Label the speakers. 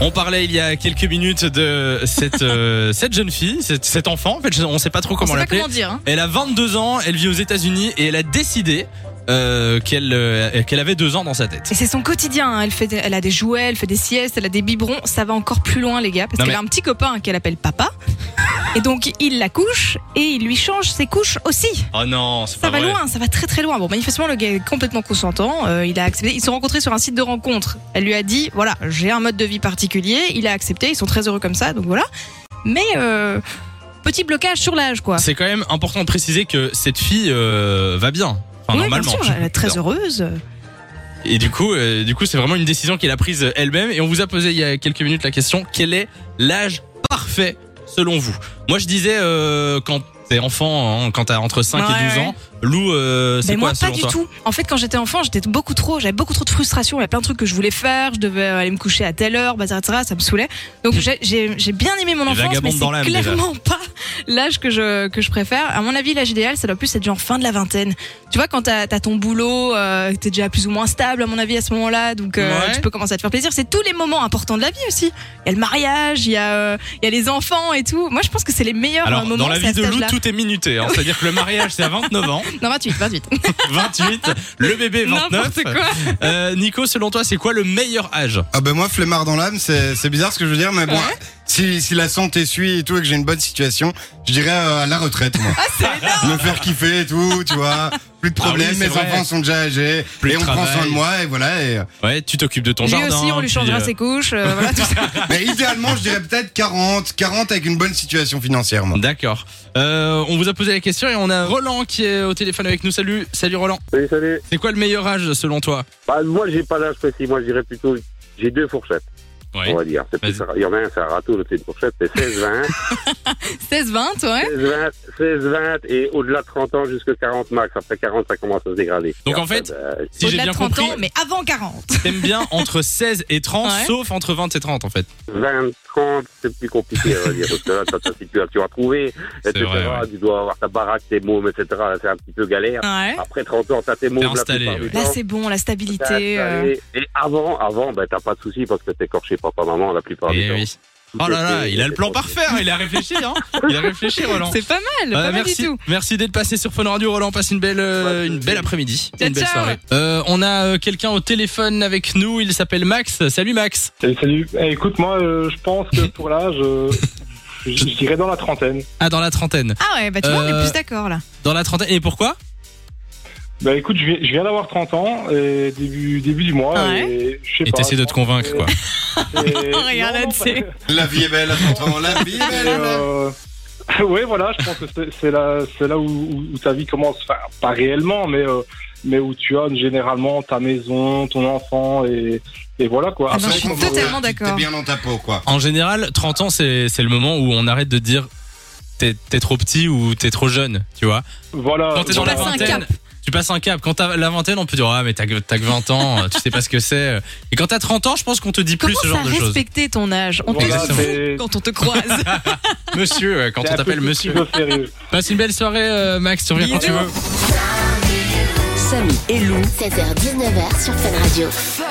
Speaker 1: On parlait il y a quelques minutes de cette, euh, cette jeune fille, cette, cet enfant, en fait, je- on sait pas trop
Speaker 2: On sait
Speaker 1: comment
Speaker 2: pas
Speaker 1: l'appeler.
Speaker 2: comment dire. hein.
Speaker 1: Elle a 22 ans, elle vit aux États-Unis et elle a décidé euh, qu'elle euh, qu'elle avait deux ans dans sa tête.
Speaker 2: Et c'est son quotidien. hein. Elle, fait des- elle a des jouets, elle fait des siestes, elle a des biberons. Ça va encore plus loin, les gars, parce
Speaker 1: Non,
Speaker 2: qu'elle
Speaker 1: mais-
Speaker 2: a un petit copain qu'elle appelle papa. Et donc, il la couche et il lui change ses couches aussi.
Speaker 1: Oh non, c'est
Speaker 2: Ça
Speaker 1: pas
Speaker 2: va
Speaker 1: vrai.
Speaker 2: loin, ça va très très loin. Bon, manifestement, le gars est complètement consentant. euh, il a accepté. Ils se sont rencontrés sur un site de rencontre. Elle lui a dit voilà, j'ai un mode de vie particulier. Il a accepté. Ils sont très heureux comme ça. Donc voilà. Mais euh, petit blocage sur l'âge, quoi.
Speaker 1: C'est quand même important de préciser que cette fille euh, va bien. Enfin,
Speaker 2: Oui,
Speaker 1: normalement.
Speaker 2: bien sûr, elle est très heureuse.
Speaker 1: Et du coup, euh, du coup, c'est vraiment une décision qu'elle a prise euh, elle-même. Et on vous a posé il y a quelques minutes la question quel est l'âge parfait selon vous Moi, je disais euh, quand t'es enfant, hein, quand t'as entre 5
Speaker 2: Ouais,
Speaker 1: et 12
Speaker 2: ouais.
Speaker 1: ans, Lou, euh, c'est
Speaker 2: Mais
Speaker 1: quoi
Speaker 2: moi, pas
Speaker 1: selon
Speaker 2: du
Speaker 1: toi
Speaker 2: tout. En fait, quand j'étais enfant, j'étais beaucoup trop, j'avais beaucoup trop de frustration. Il y a plein de trucs que je voulais faire. Je devais euh, aller me coucher à telle heure, bazar, etc. Ça me saoulait. Donc, j'ai- j'ai j'ai bien aimé mon
Speaker 1: Les
Speaker 2: enfance, mais
Speaker 1: vagabondes dans
Speaker 2: c'est
Speaker 1: l'âme, déjà.
Speaker 2: clairement pas l'âge que je, que je préfère. À mon avis, l'âge idéal, ça doit plus être genre fin de la vingtaine. Tu vois, quand t'as as ton boulot, euh, t'es déjà plus ou moins stable, à mon avis, à ce moment-là. Donc, euh,
Speaker 1: Ouais.
Speaker 2: tu peux commencer à te faire plaisir. C'est tous les moments importants de la vie aussi. Il y a le mariage, il y, a, euh, il y a les enfants et tout. Moi, je pense que c'est les meilleurs euh,
Speaker 1: Alors,
Speaker 2: moments.
Speaker 1: dans la
Speaker 2: c'est à
Speaker 1: vie de
Speaker 2: cet
Speaker 1: Lou,
Speaker 2: âge-là.
Speaker 1: tout est minuté. hein. C'est-à-dire que le mariage, c'est à 29 ans,
Speaker 2: Non, bah, 28, 28.
Speaker 1: 28, le bébé, 29.
Speaker 2: N'importe quoi.
Speaker 1: Euh, Nico, selon toi, c'est quoi le meilleur âge
Speaker 3: Ah ben moi, flemmard dans l'âme, c'est c'est bizarre ce que je veux dire, mais bon, si, si la santé suit et tout et que j'ai une bonne situation, je dirais euh, à la retraite,
Speaker 2: Ah,
Speaker 3: moi. Me faire kiffer et tout, tu vois. Plus de
Speaker 1: Ah oui,
Speaker 3: problèmes,
Speaker 1: c'est
Speaker 3: mes
Speaker 1: vrai.
Speaker 3: enfants sont déjà âgés,
Speaker 1: Plus
Speaker 3: et
Speaker 1: de
Speaker 3: on prend soin
Speaker 1: travail.
Speaker 3: de moi, et voilà. Et... euh,
Speaker 1: Ouais, tu t'occupes de ton
Speaker 2: Lui
Speaker 1: jardin.
Speaker 2: aussi, on lui
Speaker 1: puis,
Speaker 2: changera
Speaker 1: euh,
Speaker 2: ses couches. euh, voilà, tout ça.
Speaker 3: Mais idéalement, je dirais peut-être 40, 40 avec une bonne situation financière, moi.
Speaker 1: D'accord. Euh, on vous a posé la question et on a Roland qui est au téléphone avec nous. Salut, salut Roland.
Speaker 4: Salut, salut.
Speaker 1: C'est quoi le meilleur âge selon toi
Speaker 4: Bah, moi, j'ai pas d'âge précis. Moi, je dirais plutôt. J'ai deux fourchettes,
Speaker 1: Ouais.
Speaker 4: on va dire. C'est plus- Il y en a un, c'est un râteau, l'autre, c'est une fourchette. C'est 16-20.
Speaker 2: 16-20, ouais.
Speaker 4: 16-20 16-20 et au-delà de 30 ans jusqu'à 40 max. Après 40, ça commence à se dégrader.
Speaker 1: Donc,
Speaker 4: Et
Speaker 1: en fait,
Speaker 4: bah,
Speaker 1: Si j'ai
Speaker 2: Au-delà de
Speaker 1: bien
Speaker 2: 30
Speaker 1: compris,
Speaker 2: ans, mais avant 40.
Speaker 1: t'aimes bien entre 16 et 30,
Speaker 2: Ouais.
Speaker 1: sauf entre 20 et 30 en fait.
Speaker 4: 20, 30, c'est plus compliqué, on va dire. Parce que là, t'as ta situation à trouver, etc.
Speaker 1: vrai, ouais.
Speaker 4: Tu dois avoir ta baraque, tes mômes, etc. Là, c'est un petit peu galère.
Speaker 2: Ouais.
Speaker 4: Après 30 ans, t'as tes mômes. la
Speaker 1: installé,
Speaker 4: plupart du
Speaker 1: ouais.
Speaker 4: temps.
Speaker 2: Là, c'est bon, la stabilité. euh,
Speaker 4: Et et avant, avant, ben, t'as pas de soucis parce que t'es corché papa-maman la
Speaker 2: Ah,
Speaker 4: plupart du
Speaker 1: Eh
Speaker 4: temps.
Speaker 1: oui. Oh là là, il a le plan parfait, hein, il a réfléchi, hein. Il a réfléchi, Roland.
Speaker 2: C'est pas mal,
Speaker 1: Euh,
Speaker 2: pas mal
Speaker 1: merci,
Speaker 2: du tout.
Speaker 1: merci d'être passé sur Fun Radio, Roland. Passe une belle, euh,
Speaker 4: Ouais,
Speaker 1: une belle après-midi,
Speaker 2: Ciao,
Speaker 1: une belle
Speaker 2: ciao.
Speaker 1: soirée. Euh, on a euh, quelqu'un au téléphone avec nous. Il s'appelle Max. Salut Max.
Speaker 5: Salut, salut. Eh, écoute, moi, euh, je pense que pour l'âge, euh, je, je dirais dans la trentaine.
Speaker 1: Ah, dans la trentaine.
Speaker 2: Ah ouais, bah tu vois, on
Speaker 1: Euh,
Speaker 2: est plus d'accord là.
Speaker 1: Dans la trentaine. Et pourquoi
Speaker 5: Bah, écoute, je viens, je viens d'avoir 30 ans, et début, début du mois,
Speaker 2: Ouais.
Speaker 5: et je sais
Speaker 1: Et
Speaker 5: pas.
Speaker 1: t'essaies de te convaincre, quoi.
Speaker 2: Regarde, là, tu
Speaker 5: bah,
Speaker 2: sais.
Speaker 3: La vie est belle, attends, la vie est belle.
Speaker 5: Oui, euh, voilà, je pense que c'est- c'est là, c'est là où, où- où ta vie commence, enfin, pas réellement, mais, euh, mais où tu as généralement ta maison, ton enfant, et, et voilà, quoi.
Speaker 2: Ah non,
Speaker 3: Après,
Speaker 2: je suis
Speaker 3: on voit
Speaker 2: totalement
Speaker 3: que tu-
Speaker 2: d'accord.
Speaker 3: T'es bien dans ta peau, quoi.
Speaker 1: En général, 30 ans, c'est c'est le moment où on arrête de dire t'es t'es trop petit ou t'es trop jeune, tu vois.
Speaker 5: voilà.
Speaker 1: Quand t'es dans la
Speaker 5: voilà.
Speaker 2: passes un
Speaker 1: vingtaine, tu passes un cap. Quand t'as la vingtaine, on peut dire ah mais t'as que t'as que 20 ans, euh, tu sais pas ce que c'est. Et quand t'as 30 ans, je pense qu'on te dit plus
Speaker 2: Commence
Speaker 1: ce genre
Speaker 2: à
Speaker 1: de choses.
Speaker 2: respecter ton âge. On te
Speaker 5: Voilà,
Speaker 2: fout
Speaker 5: c'est-
Speaker 2: quand on te croise.
Speaker 1: Monsieur, ouais, quand
Speaker 5: c'est
Speaker 1: on
Speaker 5: un peu
Speaker 1: t'appelle
Speaker 5: plus
Speaker 1: monsieur.
Speaker 5: sérieux.
Speaker 1: Passe une belle soirée, euh, Max. Tu reviens quand tu veux.
Speaker 6: Samy et Lou,
Speaker 7: 16h-19h sur Fun Radio.
Speaker 6: Fun